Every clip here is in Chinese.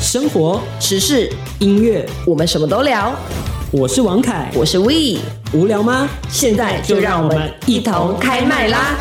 生活、时事，音乐，我们什么都聊。我是王凯。我是 We，无聊吗？现在就让我们一同开麦啦！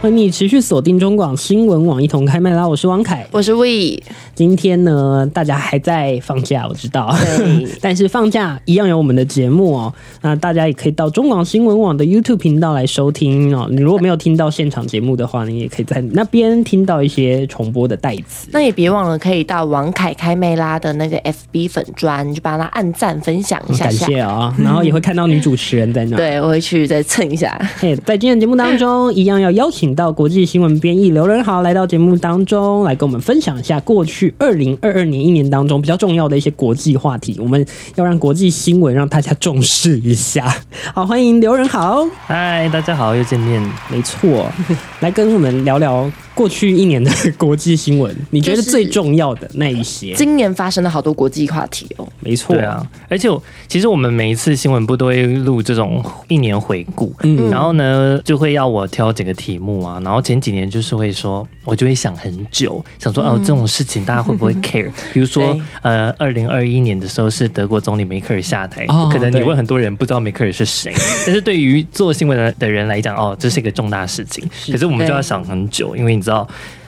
欢迎你持续锁定中广新闻网一同开麦啦！我是王凯。我是 We，今天呢，大家还在放假，我知道对， 但是放假一样有我们的节目哦。那大家也可以到中广新闻网的 YouTube 频道来收听哦。你如果没有听到现场节目的话，你也可以在那边听到一些重播的代词。那也别忘了可以到王凯开麦啦的那个 FB 粉砖，你就帮他按赞分享一下感下。谢啊、然后也会看到女主持人在那。对，我会去再蹭 一下。嘿，在今天的节目当中，一样要邀请到国际新闻编译刘仁豪来到节目当中，来跟我们分享一下过去二零二二年一年当中比较重要的一些国际话题。我们要让国际新闻让大家重视一下。 好，欢迎刘仁豪。嗨，大家好，又见面。没错，来跟我们聊聊过去一年的国际新闻，你觉得就是最重要的那一些？今年发生了好多国际话题哦，没错，对啊，而且我其实我们每一次新闻部都会录这种一年回顾，嗯然后呢就会要我挑几个题目啊，然后前几年就是会说，我就会想很久，想说嗯哦这种事情大家会不会 care？比如说对呃，二零二一年的时候是德国总理梅克尔下台，哦可能你对问很多人不知道梅克尔是谁， 但是对于做新闻的的人来讲，哦这是一个重大事情，可是我们就对要想很久，因为你知道。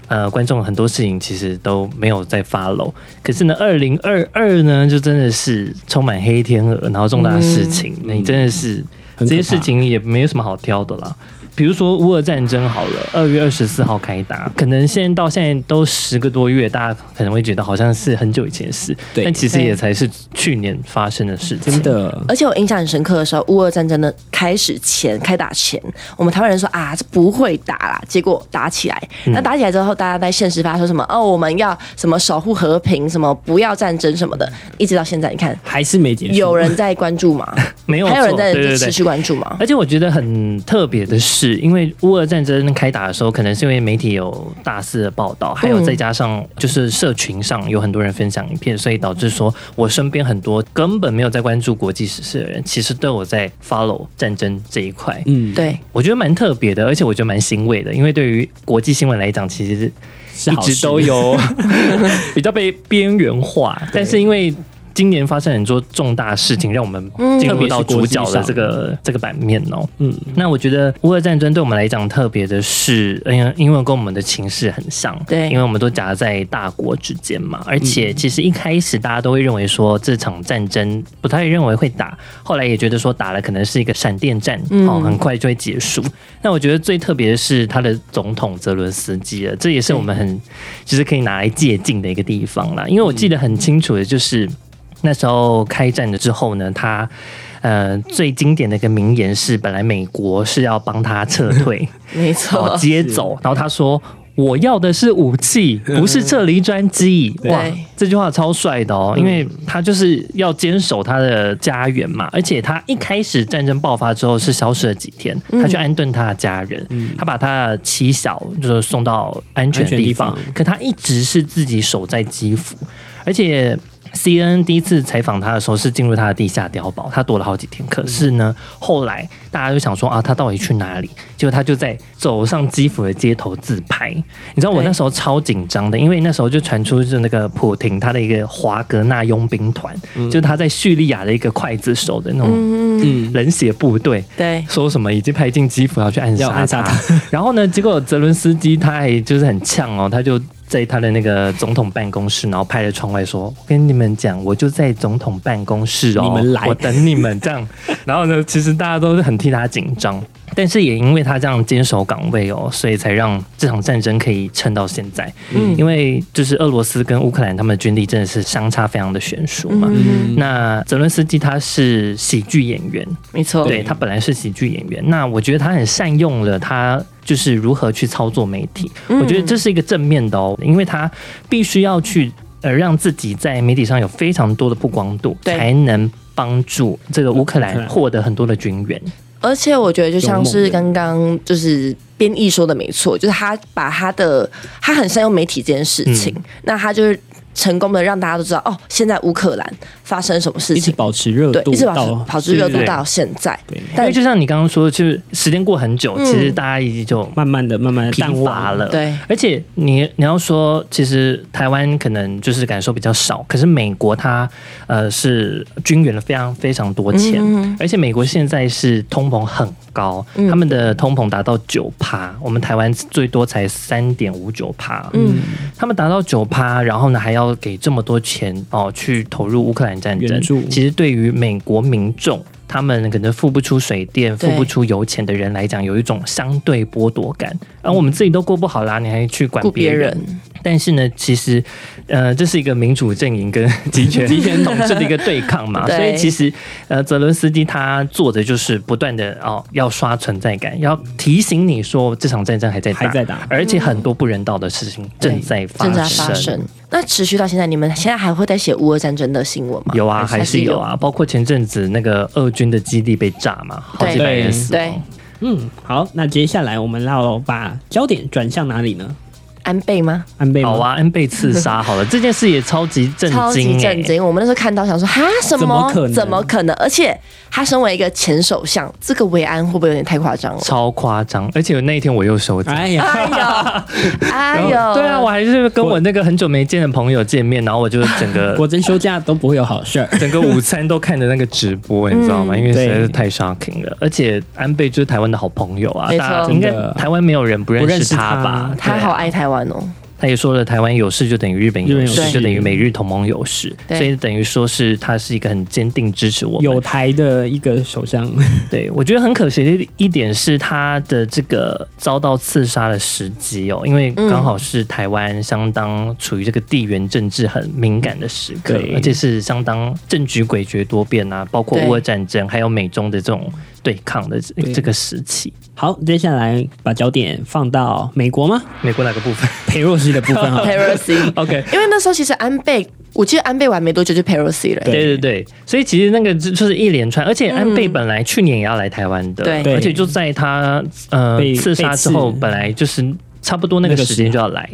呃，观众很多事情其实都没有在 follow，可是呢，二零二二呢，就真的是充满黑天鹅，然后重大事情，那你真的是嗯很这可怕些事情也没有什么好挑的啦。比如说乌俄战争好了，二月二十四号开打，可能现在到现在都十个多月，大家可能会觉得好像是很久以前的事，对但其实对也才是去年发生的事情。真的，而且我印象很深刻的时候，乌俄战争的开始前、开打前，我们台湾人说啊，这不会打啦，结果打起来。嗯那打起来之后，大家在现实发说什么哦，我们要什么守护和平，什么不要战争什么的，一直到现在，你看还是没结束。有人在关注吗？ 没有错，还有人在对对对持续关注吗？而且我觉得很特别的是，因为乌俄战争开打的时候，可能是因为媒体有大肆的报道，还有再加上就是社群上有很多人分享影片，所以导致说我身边很多根本没有在关注国际时事的人，其实都有在 follow 战争这一块。嗯，对，我觉得蛮特别的，而且我觉得蛮欣慰的，因为对于国际新闻来讲，其实是一好直事 都有比较被边缘化，但是因为。今年发生很多重大事情，让我们进入到主角的这个、这个版面哦。嗯嗯，那我觉得乌俄战争对我们来讲特别的是，因为因为跟我们的情势很像，对因为我们都夹在大国之间嘛。而且其实一开始大家都会认为说这场战争不太认为会打，后来也觉得说打了可能是一个闪电战，哦，很快就会结束。那我觉得最特别的是他的总统泽伦斯基了，这也是我们很就是可以拿来借鉴的一个地方啦。因为我记得很清楚的就是那时候开战了之后呢，他。呃，最经典的一个名言是，本来美国是要帮他撤退，没好错，哦接走，然后他说。我要的是武器，不是撤离专机。对哇，这句话超帅的哦，因为他就是要坚守他的家园嘛。而且他一开始战争爆发之后是消失了几天，他去安顿他的家人，他把他的妻小就是送到安全的地方，安全地可他一直是自己守在基辅，而且 C N 第一次采访他的时候是进入他的地下碉堡，他躲了好几天。可是呢，后来大家就想说啊，他到底去哪里？结果他就在走上基辅的街头自拍。你知道我对那时候超紧张的，因为那时候就传出是那个普廷他的一个华格纳佣兵团，就是他在叙利亚的一个刽子手的那种冷血部队。对，说什么已经派进基辅要去暗要杀暗杀他， 然后呢，结果泽伦斯基他还就是很呛哦，他就在他的那个总统办公室，然后拍着窗外说：“我跟你们讲，我就在总统办公室哦，你们来我等你们。”这样，然后呢，其实大家都是很替他紧张。但是也因为他这样坚守岗位哦，所以才让这场战争可以撑到现在。嗯，因为就是俄罗斯跟乌克兰他们的军力真的是相差非常的悬殊嘛。嗯，那泽伦斯基他是喜剧演员，没错，对他本来是喜剧演员，那我觉得他很善用了他就是如何去操作媒体，嗯我觉得这是一个正面的哦，因为他必须要去呃让自己在媒体上有非常多的曝光度，对才能帮助这个乌克乌克兰兰获得很多的军援。而且我觉得就像是有梦的刚刚就是编嗯译说的没错，就是他把他的他很善用媒体这件事情，那他就是。成功的让大家都知道哦，现在乌克兰发生什么事一直情，保持热对，度一直保到持保持热度对到现在对，因但嗯为就像你刚刚说，就是时间过很久，其实大家已经就慢慢的、慢慢的疲淡乏化了。对而且你你要说，其实台湾可能就是感受比较少，可是美国它呃是军援了非常非常多钱，而且美国现在是通膨很高，他们的通膨达到九趴，我们台湾最多才三点五九趴，嗯，他们达到九趴，然后呢还要给这么多钱哦去投入乌克兰战争援助，其实对于美国民众。他们可能付不出水电、付对不出油钱的人来讲，有一种相对剥夺感。而、我们自己都过不好啦，你还去管顾别别人？人，但是呢，其实，呃，这是一个民主阵营跟 集 权集权统治的一个对抗嘛，对所以其实，呃，泽伦斯基他做的就是不断的哦，要刷存在感，要提醒你说这场战争还在打还在打而且很多不人道的事情正在发正生，在发生。那持续到现在，你们现在还会在写乌俄战争的新闻吗？有啊，还还是有有。啊，包括前阵子那个俄军的基地被炸嘛，好几对百人死对亡。嗯，好，那接下来我们要把焦点转向哪里呢？安倍吗？安倍吗好，啊，恩被刺杀好了，这件事也超级震惊、欸，超级震惊！我们那时候看到想说，哈，什怎么可能怎么可能？而且他身为一个前首相，这个维安会不会有点太夸张了？超夸张。而且那一天我又收集。哎呀，哎呦，哎然后呦，对啊，我还是跟我那个很久没见的朋友见面，然后我就整个 果真休假都不会有好事儿。整个午餐都看着那个直播，你知道吗？嗯因为实在对是太 shocking 了。而且安倍就是台湾的好朋友啊，没大家错应该真的台湾没有人不不认认识识他他吧？他对啊好爱台湾哦，他也说了，台湾有事就等于日本有日本有事，事就等于美日同盟有事，对所以等于说是他是一个很坚定支持 我们有台的一个首相， 对，我觉得很可惜的一点是他的这个遭到刺杀的时机哦，因为刚好是台湾相当处于这个地缘政治很敏感的时刻，嗯对而且是相当政局诡谲多变啊，包括对乌俄战争，还有美中的这种对抗的这对这个时期。好，接下来把焦点放到美国吗？美国哪个部分裴若曦的部分 哈， Pelosi。 ？OK，因为那时候其实安倍，我记得安倍完没多久就 Pelosi 了。对对对对，所以其实那个就就是一连串，而且安倍本来去年也要来台湾嗯的，对对而且就在他呃被刺杀之后，被刺本来就是。差不多那个那个时间时嗯就要来，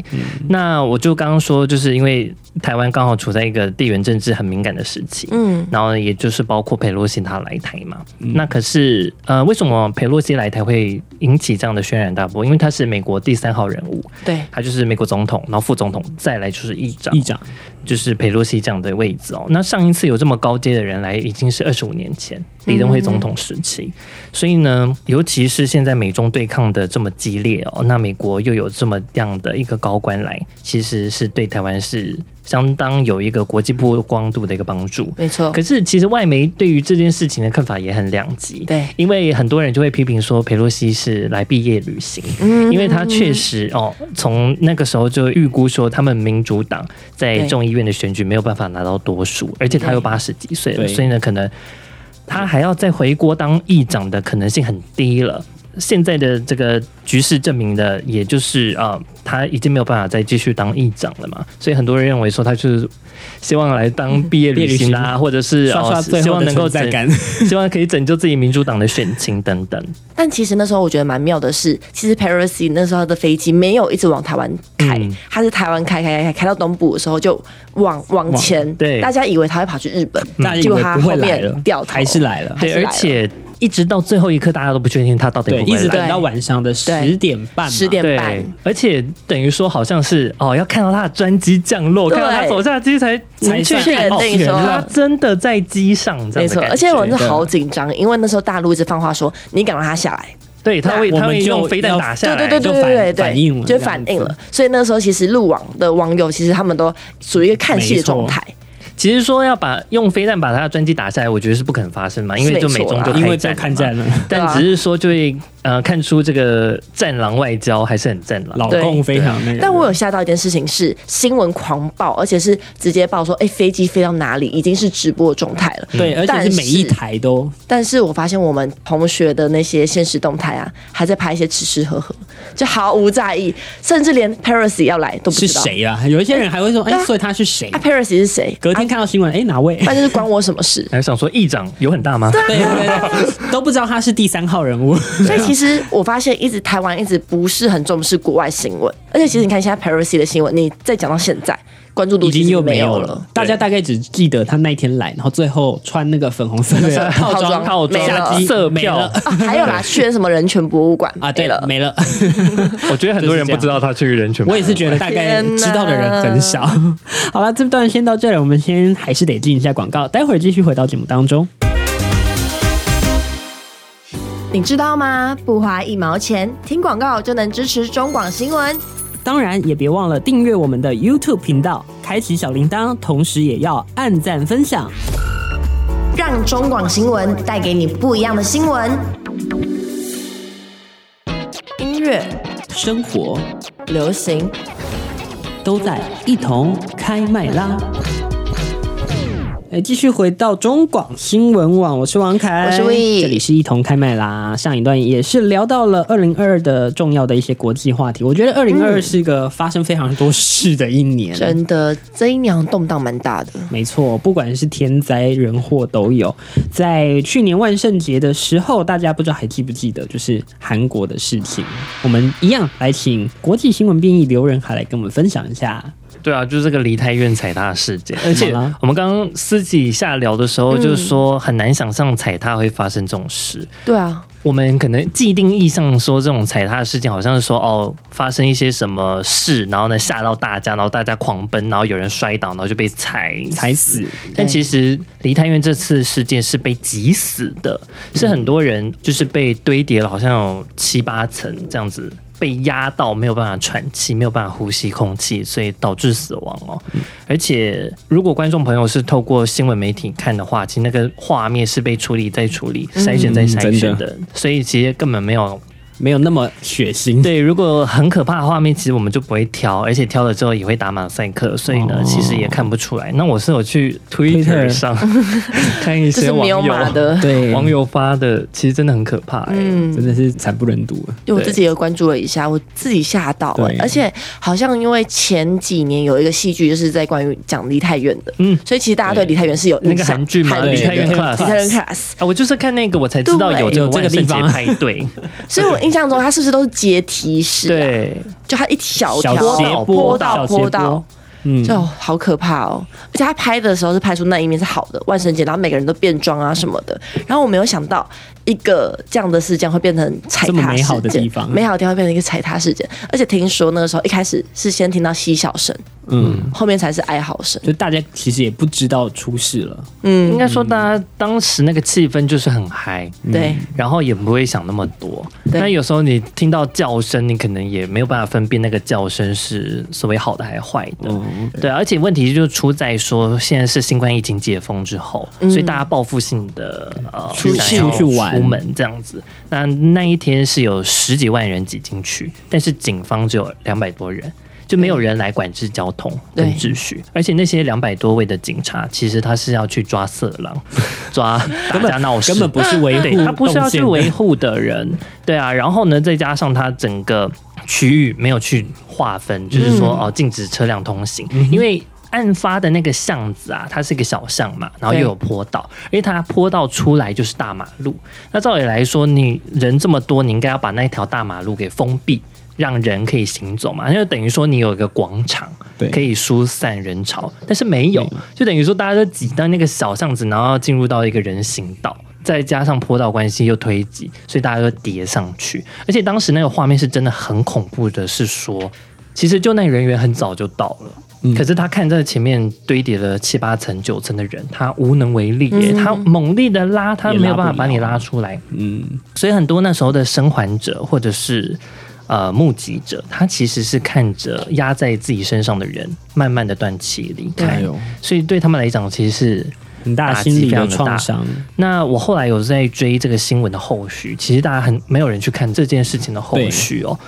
那我就刚刚说，就是因为台湾刚好处在一个地缘政治很敏感的时期，嗯，然后也就是包括佩洛西他来台嘛，嗯那可是呃，为什么佩洛西来台会引起这样的轩然大波？因为他是美国第三号人物，对，他就是美国总统，然后副总统，再来就是议长，议长，就是佩洛西这样的位置哦。那上一次有这么高阶的人来，已经是二十五年前李登辉总统时期，所以呢，尤其是现在美中对抗的这么激烈哦，那美国又有这么样的一个高官来，其实是对台湾是相当有一个国际曝光度的一个帮助。没错可，是其实外媒对于这件事情的看法也很两极，对因为很多人就会批评说佩洛西是来毕业旅行，嗯因为他确实哦，从那个时候就预估说他们民主党在对众议院的选举没有办法拿到多数，而且他又八十几岁了，对所以呢，可能他还要再回国当议长的可能性很低了。现在的这个局势证明的，也就是啊、呃他已经没有办法再继续当议长了嘛，所以很多人认为说他就是希望来当毕业旅行毕业旅啊，或者是刷刷哦，最希后望的能够存在拯， 感。 希望可以拯救自己民主党的选情等等。但其实那时候我觉得蛮妙的是，其实 Pelosi 那时候的飞机没有一直往台湾开，嗯它是台湾开开开开开到东部的时候就往往前，对大家以为他会跑去日本，嗯嗯大家以结果为他不后会来了面掉，头还是来了。还对，是来而了且一直到最后一刻，大家都不确定他到底对，会一不会直来。等到晚上的对十点半嘛， 10点对半，而且等于说好像是哦，要看到他的专机降落，对看到他走下机才才明确确哦定说原来他真的在机上，这没样的错，感觉而且我那时对候好紧张，因为那时候大陆一直放话说你敢让他下来，对他会那他我会们就用飞弹要打下对来，对对对就反对对对，反应了就这样反子应了。所以那时候其实路网的网友其实他们都属于一个看戏的状态，其实说要把用飞弹把他的专机打下来，我觉得是不可能发生嘛，因为是就美没错中啦就因为在在看战了，但只是说就会呃看出这个战狼外交还是很战狼。？老共非常那个。但我有吓到一件事情是新闻狂爆，而且是直接报说，哎、飞机飞到哪里，已经是直播状态了。对，而且但是是每一台都但是我发现我们同学的那些现实动态啊，还在拍一些吃吃喝喝，就毫无在意，甚至连 Paris 要来都不是知道。谁啊？有一些人还会说，对哎，啊所以他是谁啊？？Paris 是谁？隔天看到新闻，哎，哪位？那就是关我什么事还想说议长有很大吗？ 对对对， 都不知道他是第三号人 物。所以其实我发现，一直台湾一直不是很重视国外新闻，而且其实你看现在 Paris 的新闻，你再讲到现在，关注度已其经实又没没有了了。。大家大概只记得他那天来，然后最后穿 那个粉红色对的啊套套装装没了下机色没票了啊，还有啦， 去了什么人权博物馆啊，对没了，没了。 我觉得很多人就是这不样知道他去人权博物我馆，也是觉得大概知道的人很少。 好了，这段先到这里，我们先还是得进一下广告，待会儿继续回到节目当中。你知道吗？不花一毛钱，听广告就能支持中广新闻。当然，也别忘了订阅我们的 YouTube 频道，开启小铃铛，同时也要按赞分享。让中广新闻带给你不一样的新闻。音乐、生活流行，都在一同开麦啦！哎，继续回到中广新闻网，我是王凯，我是 We 这里是一同开麦啦。上一段也是聊到了二零二二的重要的一些国际话题，我觉得二零二二是一个发生非常多事的一年，嗯真的这一年好像动荡蛮大的。没错，不管是天灾人祸都有。在去年万圣节的时候，大家不知道还记不记得，就是韩国的事情。我们一样来请国际新闻编译刘仁海来跟我们分享一下。 对啊，就是这个梨泰院踩踏事件，而且怎嗯么了我们刚刚私底下聊的时候，就是说很难想象踩踏会发生这种事。对啊，我们可能既定意义上说这种踩踏事件，好像是说哦发生一些什么事，然后呢吓到大家，然后大家狂奔，然后有人摔倒，然后就被踩踩死，但其实梨泰院这次事件是被挤死的，是很多人就是被堆叠了，好像有七八层这样子。被压到没有办法喘气，没有办法呼吸空气，所以导致死亡哦。而且，如果观众朋友是透过新闻媒体看的话，其实那个画面是被处理再处理、筛选再筛真选的，所以其实根本没有没有那么血腥。 对，如果很可怕的画面，其实我们就不会挑，而且挑了之后也会打马赛克，所以呢，哦其实也看不出来。那我是有去 Twitter Twitter 上 看一这是些网没有友码的。嗯 对网友发的，其实真的很可怕、欸。真的是惨不忍睹。啊就我自己也关注了一下，我自己吓到、欸对，而且好像因为前几年有一个戏剧，就是在关于讲梨泰院的，嗯所以其实大家对梨泰院是有那印个象韩剧嘛，韩梨剧泰院对 class 梨泰院 class，啊，我就是看那个我才知道有这个对万圣节派 对，所以我印象中它是不是都是阶梯式、啊？，对，就它一小小条斜坡坡道小斜坡坡道，嗯，就好可怕哦！而且他拍的时候是拍出那一面是好的，万圣节，然后每个人都变装啊什么的。然后我没有想到一个这样的事件会变成踩这么踏美好事的件，地方美好的地方变成一个踩踏事件。而且听说那个时候一开始是先听到嬉笑声，嗯，后面才是哀嚎声。就大家其实也不知道出事了。应嗯，该说大家当时那个气氛就是很嗨。嗯对，然后也不会想那么多。对但有时候你听到叫声，你可能也没有办法分辨那个叫声是所谓好的还是坏的。嗯，对，而且问题就出在说，现在是新冠疫情解封之后，所以大家报复性的呃嗯出想要出去玩出门这样子。那那一天是有十几万人挤进去，但是警方只有两百多人。就没有人来管制交通跟对秩序，而且那些两百多位的警察，其实他是要去抓色 狼、抓大家闹事根本不是维护动线对的，他不是要去维护的人， 对啊。然后呢，再加上他整个区域没有去划嗯分，就是说哦，禁止车辆通行，因为。案发的那个巷子啊，它是一个小巷嘛，然后又有坡道，因为它坡道出来就是大马路。那照理来说，你人这么多，你应该要把那条大马路给封闭，让人可以行走嘛。那就等于说你有一个广场，对可以疏散人潮，但是嗯没有，就等于说大家都挤到那个小巷子，然后进入到一个人行道，再加上坡道关系又推挤，所以大家都叠上去。而且当时那个画面是真的很恐怖的，是说其实救难人员很早就到了。可是他看在前面堆叠了七八层、九层的人，他无能为力耶、他猛力的拉，他也没有拉办法不把你了拉出来。嗯，所以很多那时候的生还者或者是呃目击者，他其实是看着压在自己身上的人慢慢的断气离哎开呦，所以对他们来讲，其实是很大打心击理非常的的创大伤。那我后来有在追这个新闻的后续，其实大家很没有人去看这件事情的后续哦。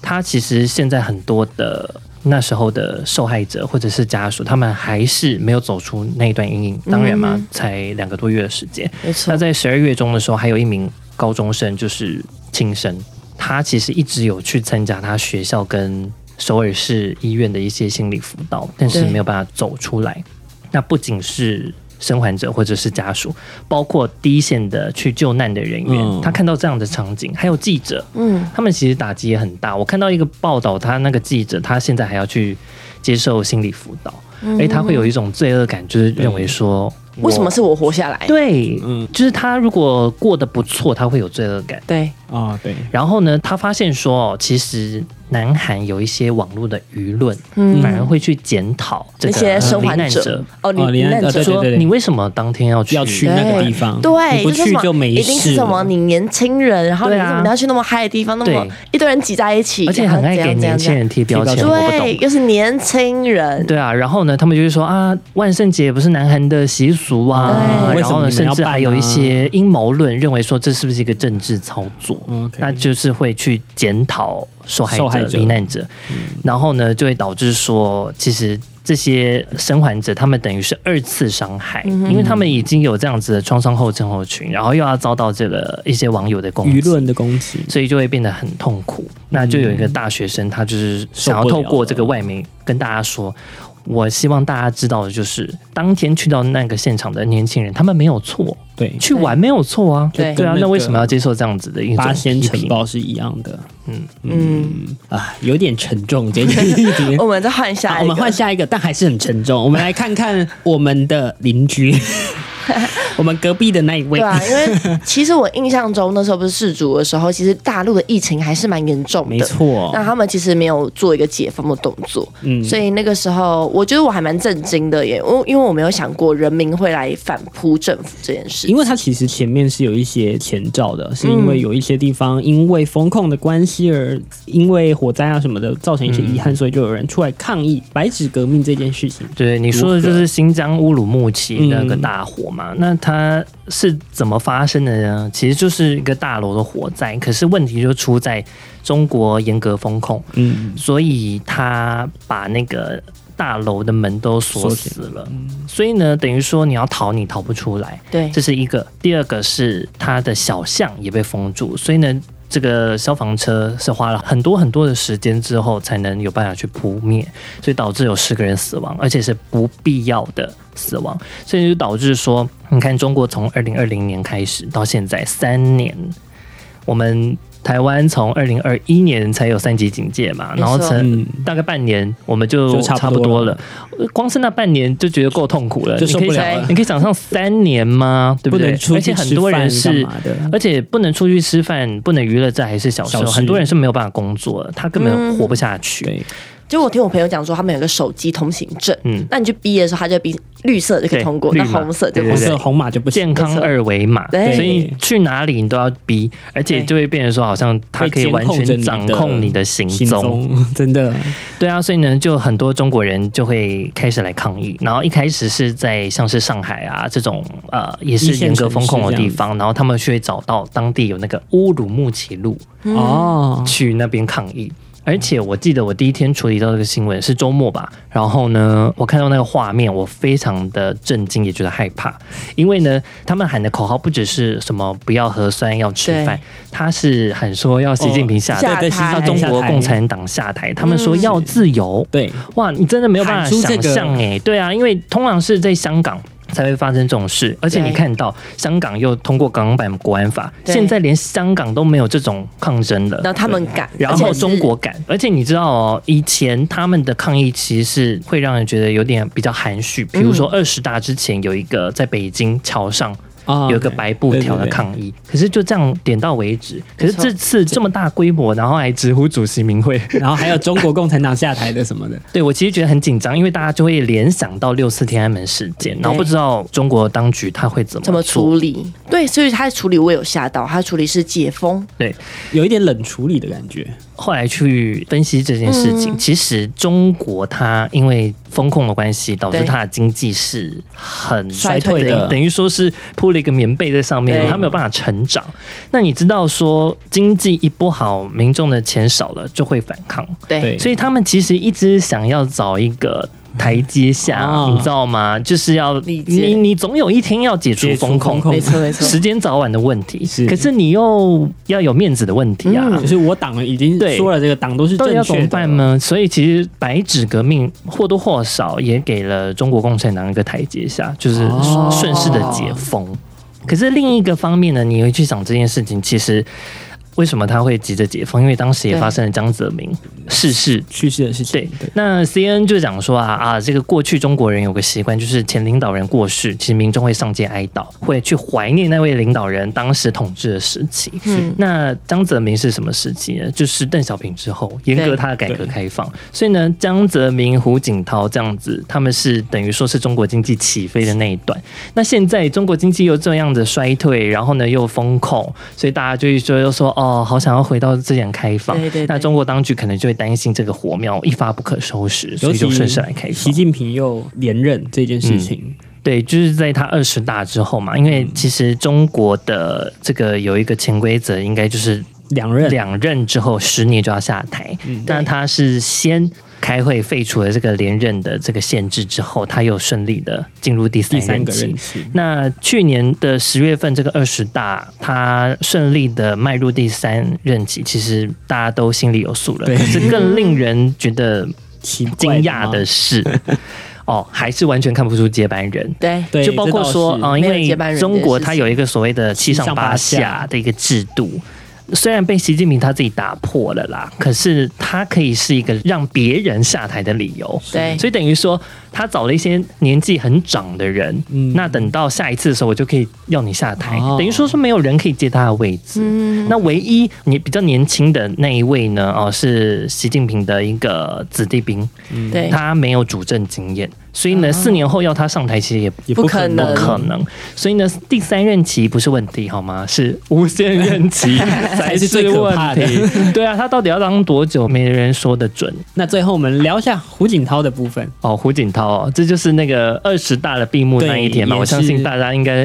他其实现在很多的那时候的受害者或者是家属，他们还是没有走出那一段阴影。当然嘛，嗯才两个多月的时间。没错那，在十二月中的时候，还有一名高中生就是轻生，他其实一直有去参加他学校跟首尔市医院的一些心理辅导，但是对没有办法走出来。那不仅是生还者或者是家属，包括第一线的去救难的人员，嗯他看到这样的场景，还有记者，嗯，他们其实打击也很大。我看到一个报道，他那个记者他现在还要去接受心理辅导，哎，他会有一种罪恶感，就是认为说嗯为什么是我活下来？对，嗯就是他如果过得不错，他会有罪恶感。对，哦啊，对，然后呢，他发现说，哦，其实南韩有一些网络的舆论，嗯反而会去检讨这那个些生罹还难者者，哦，呃哦罹你难那者对对说对你为什么当天要去？要去那个地方，对，你不是什去么就没事了，一定是什么你年轻人，然后你对怎啊么要去那么嗨的地方，那么对一堆人挤在一起，而且然后很爱怎样给怎样年怎轻样人贴标签，贴我标不签对，懂。又是年轻人，对啊，然后呢，他们就会说啊，万圣节不是南韩的习俗啊，对然后为呢，什么你们甚要至还办啊有一些阴谋论，认为说这是不是一个政治操作？嗯 OK 那就是会去检讨受害者、受害者罹难者，嗯然后呢，就会导致说，其实这些生还者他们等于是二次伤害，因为他们已经有这样子的创伤后症候群，然后又要遭到这个一些网友的攻击舆，论的攻击，所以就会变得很痛苦。那就有一个大学生，他就是想要嗯受不了透过这个外媒跟大家说。我希望大家知道的就是，当天去到那个现场的年轻人，他们没有错，对，去玩没有错啊，对对啊跟那，个那为什么要接受这样子的一种八仙批城评？堡是一样的，嗯，啊，有点沉重，今 天一点我。们再换下好，一个，我们换下一个，但还是很沉重。我们来看看我们的邻 居，我们隔壁的那一位。对啊，因为其实我印象中那时候不是世足的时候，其实大陆的疫情还是蛮严重的，没错那他们其实没有做一个解封的动作，嗯所以那个时候我觉得我还蛮震惊的耶，因为因为我没有想过人民会来反扑政府这件事因。为它其实前面是有一些前兆的，是因为有一些地方因为风控的关系而因为火灾啊什么的造成一些遗憾，所以就有人出来抗议白纸革命这件事情。对你说的就是新疆乌鲁木齐那嗯个大火嘛，那它是怎么发生的呢？其实就是一个大楼的火灾，可是问题就出在中国严格风控，嗯，所以他把那个大楼的门都锁死了。所以呢，等于说你要逃，你逃不出来。对这是一个。第二个是它的小巷也被封住，所以呢，这个消防车是花了很多很多的时间之后才能有办法去扑灭，所以导致有十个人死亡，而且是不必要的死亡，所以就导致说，你看中国从二零二零年开始到现在三年，我们。台湾从二零二一年才有三级警戒嘛，没错然后成嗯大概半年，我们就就差差不不多多了了。呃光是那半年就觉得够痛苦了，就受不你可以了 想了你可以想象三年吗？对不对？能出而去且很吃多饭人干是嘛，的。而且不能出去吃饭，不能娱乐，这还是小时候，小事很多人是没有办法工作的，他根本嗯活不下去。对，就我听我朋友讲说，他们有个手机通行证，嗯那你去逼的时候，它就逼绿色就可以通过，对那绿码红色就对不红对行。色红马就不行健。康二维码，对所以去哪里你都要逼，而且就会变成说，好像他可以完全掌控你的行行踪。踪真的，对啊，所以呢，就很多中国人就会开始来抗议。然后一开始是在像是上海啊这种呃也一是线严格城风市控的这样地子方，然后他们去找到当地有那个乌鲁木齐路，哦，去那边抗议。而且我记得我第一天处理到这个新闻是周末吧，然后呢，我看到那个画面，我非常的震惊，也觉得害怕，因为呢，他们喊的口号不只是什么不要核酸、要吃饭对，哦他是喊说要习近平下下台，对对，台要下中国下共台产党下台，他们说要自由，嗯对哇，你真的没有办法喊出这想个象哎、对啊，因为通常是在香港。才会发生这种事，而且对你看到香港又通过港版国安法，对现在连香港都没有这种抗争了然。后他们敢，然而且后是中国敢，而且你知道哦，以前他们的抗议其实是会让人觉得有点比较含蓄，嗯比如说二十大之前有一个在北京桥上。啊有一个白布条的抗议，可是就这样点到为止。可没是错这次这么大规模，然后还直呼主席名 讳，然后还有中国共产党下台的什么的，对我其实觉得很紧张，因为大家就会联想到六四天安门事件，然后不知道中国当局他会怎么怎么做处理？对，所以他的处理我有吓到，他的处理是解封，对，有一点冷处理的感 觉。后来去分析这件事情，嗯其实中国它因为风控的关系，导致对它的经济是很衰退的等于说是铺了一个棉被在上面，对它没有办法成长。那你知道说经济一不好，民众的钱少了就会反抗，对，对所以他们其实一直想要找一个。台阶下，哦你知道吗？就是要理你解你总有一天要解除解除风控风，控没错没 错，时间早晚的问题。是嗯可是你又要有面子的问题啊，就是我党已经对说了，这个党都是到正底确的。要怎么办呢？所以其实白纸革命或多或少也给了中国共产党一个台阶下，就是哦顺势的解封。可是另一个方面呢，你会去想这件事情，其实。为什么他会急着解封，因为当时也对发生了江泽民逝世去世的事情对。，那 C N 就讲说啊啊，这个过去中国人有个习惯，就是前领导人过世，其实民众会上街哀悼，会去怀念那位领导人当时统治的时期。嗯那江泽民是什么时期呢？就是邓小平之后，严格他的改革对开放。所以呢，江泽民、胡锦涛这样子，他们是等于说是中国经济起飞的那一段。那现在中国经济又这样的衰退，然后呢又风控，所以大家就会说又说哦，好想要回到之前开放。对对对那中国当局可能就会担心这个火苗一发不可收拾，所尤以就其顺势来开习放。近平又连任这件事情，对，就是在他二十大之后嘛，因为其实中国的这个有一个潜规则，应该就是两任两任之后十年就要下台，嗯但他是先。开会废除了这个连任的这个限制之后，他又顺利的进入第三第三任个期任。期，那去年的十月份，这个二十大，他顺利的迈入第三任期，其实大家都心里有数了。对可是更令人觉得奇 怪惊讶吗的是，哦，还是完全看不出接班人。对对，就包括说这啊、倒呃是因没有接班为人中国这件事情它有一个所谓的七上八七上八下下的一个制度。虽然被习近平他自己打破了啦，可是他可以是一个让别人下台的理由。对所以等于说他找了一些年纪很长的人，嗯那等到下一次的时候，我就可以要你下台，哦等于说是没有人可以接他的位置。那唯一你比较年轻的那一位呢，哦，是习近平的一个子弟兵，对，他没有主政经验，所以呢，四年后要他上台，其实也也不可可能不可能。所以呢，第三任期不是问题好吗？是无限 任期才是最可问怕的题。 对啊，他到底要当多久，没人说得准。那最后我们聊一下胡锦涛的部分，哦，胡锦涛哦，这就是那个二十大的闭幕那一天嘛，对我相也信是大家应该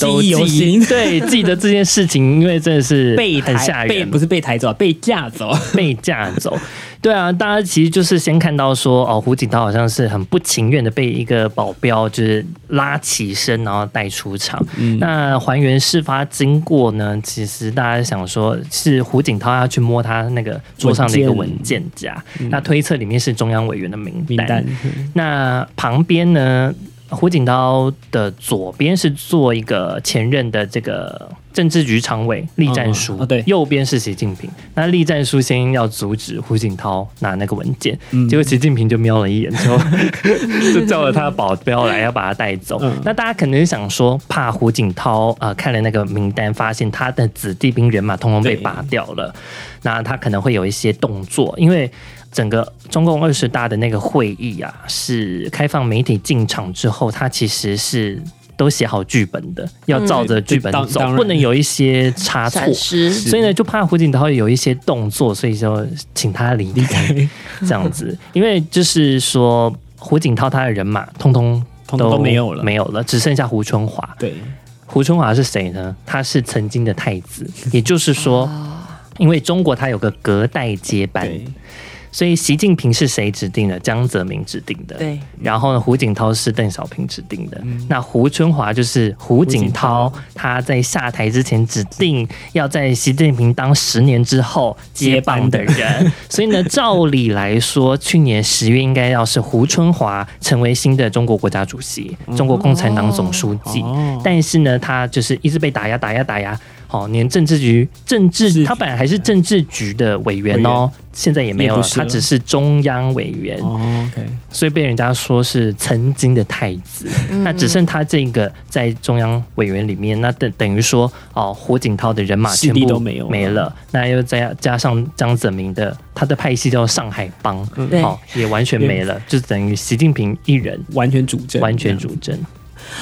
都记忆犹记新对，记得这件事情，因为真 的是被很吓抬人，被不是被抬走，啊被架走， 被架走。对啊，大家其实就是先看到说，哦，胡锦涛好像是很不情愿的被一个保镖就是拉起身，然后带出场。嗯那还原事发经过呢，其实大家想说是胡锦涛要去摸他那个桌上的一个文件夹，那推测里面是中央委员的名嗯名单。单那旁边呢？胡锦涛的左边是做一个前任的这个政治局常委栗战书，哦哦对右边是习近平。那栗战书先要阻止胡锦涛拿那个文件，嗯结果习近平就瞄了一眼，之后 就叫了他的保镖来要把他带走。嗯那大家可能想说，怕胡锦涛啊、呃看了那个名单，发现他的子弟兵人马通通被对拔掉了，那他可能会有一些动作，因为。整个中共二十大的那个会议啊，是开放媒体进场之后，它其实是都写好剧本的，要照着剧本嗯当走当，然不能有一些差错闪。失，所以呢，就怕胡锦涛有一些动作，所以就请他离开这样子。因为就是说，胡锦涛他的人马通通通通都没有了没有了，只剩下胡春华。 对，胡春华是谁呢？他是曾经的太子，也就是说，因为中国它有个隔代接班，对所以习近平是谁指定的？江泽民指定的。对，然后呢，胡锦涛是邓小平指定的。那胡春华就是胡锦涛，他在下台之前指定要在习近平当十年之后接棒的人。所以呢， 照理来说，去年十月应该要是胡春华成为新的中国国家主席、中国共产党总书记。哦但是呢，他就是一直被打压、打压、打压。好，连政治局政治，是他本来还是政治局的委员委哦，现在也没有也了不，是他了只是中央委员。哦，OK，所以被人家说是曾经的太子。那只剩他这个在中央委员里面，那等等于说哦，胡锦涛的人马势全力部都没有了没了，那又再加上江泽民的他的派系叫上海帮，对哦，也完全没了，就等于习近平一人完全主政，完全主政。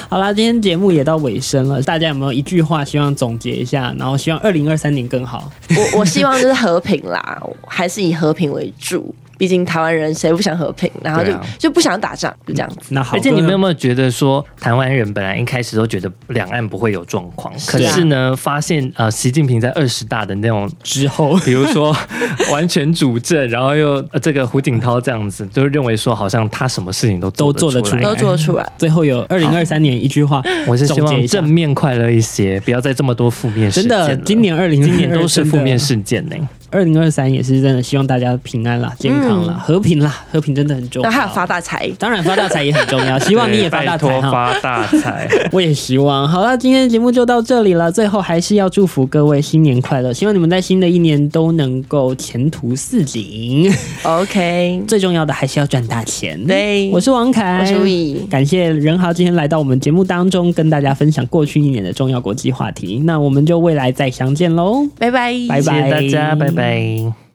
好啦，今天节目也到尾声了，大家有没有一句话希望总结一下？然后希望二零二三年更好。我我希望就是和平啦，我还是以和平为主。毕竟台湾人谁不想和平，然后就、对啊就不想打仗，就这样子。那好，而且你们有没有觉得说，台湾人本来一开始都觉得两岸不会有状况，可是啊是呢，发现呃，习近平在二十大的那种之后？比如说 完全主政，然后又、呃这个胡锦涛这样子，就认为说好像他什么事情都都做做得出来。都做得出来，最后有二零二三年一句 话，我是希总结望一下正面快乐一些，不要再这么多负面事真件了。的，今年二零今年都是负面事件呢、二零二三也是真的希望大家平安啦、健康啦、和平啦，和平真的很重要。嗯那还有发大财，当然发大财也很重 要，希望你也发大财拜托哈。发大 财。我也希望。好了，今天的节目就到这里了。最后还是要祝福各位新年快乐，希望你们在新的一年都能够前途似 锦。 OK，最重要的还是要赚大钱。对我是王凯，我是吴怡感谢任豪今天来到我们节目当中，跟大家分享过去一年的重要国际话题。那我们就未来再相见喽，拜拜，拜拜，谢谢大家，拜拜。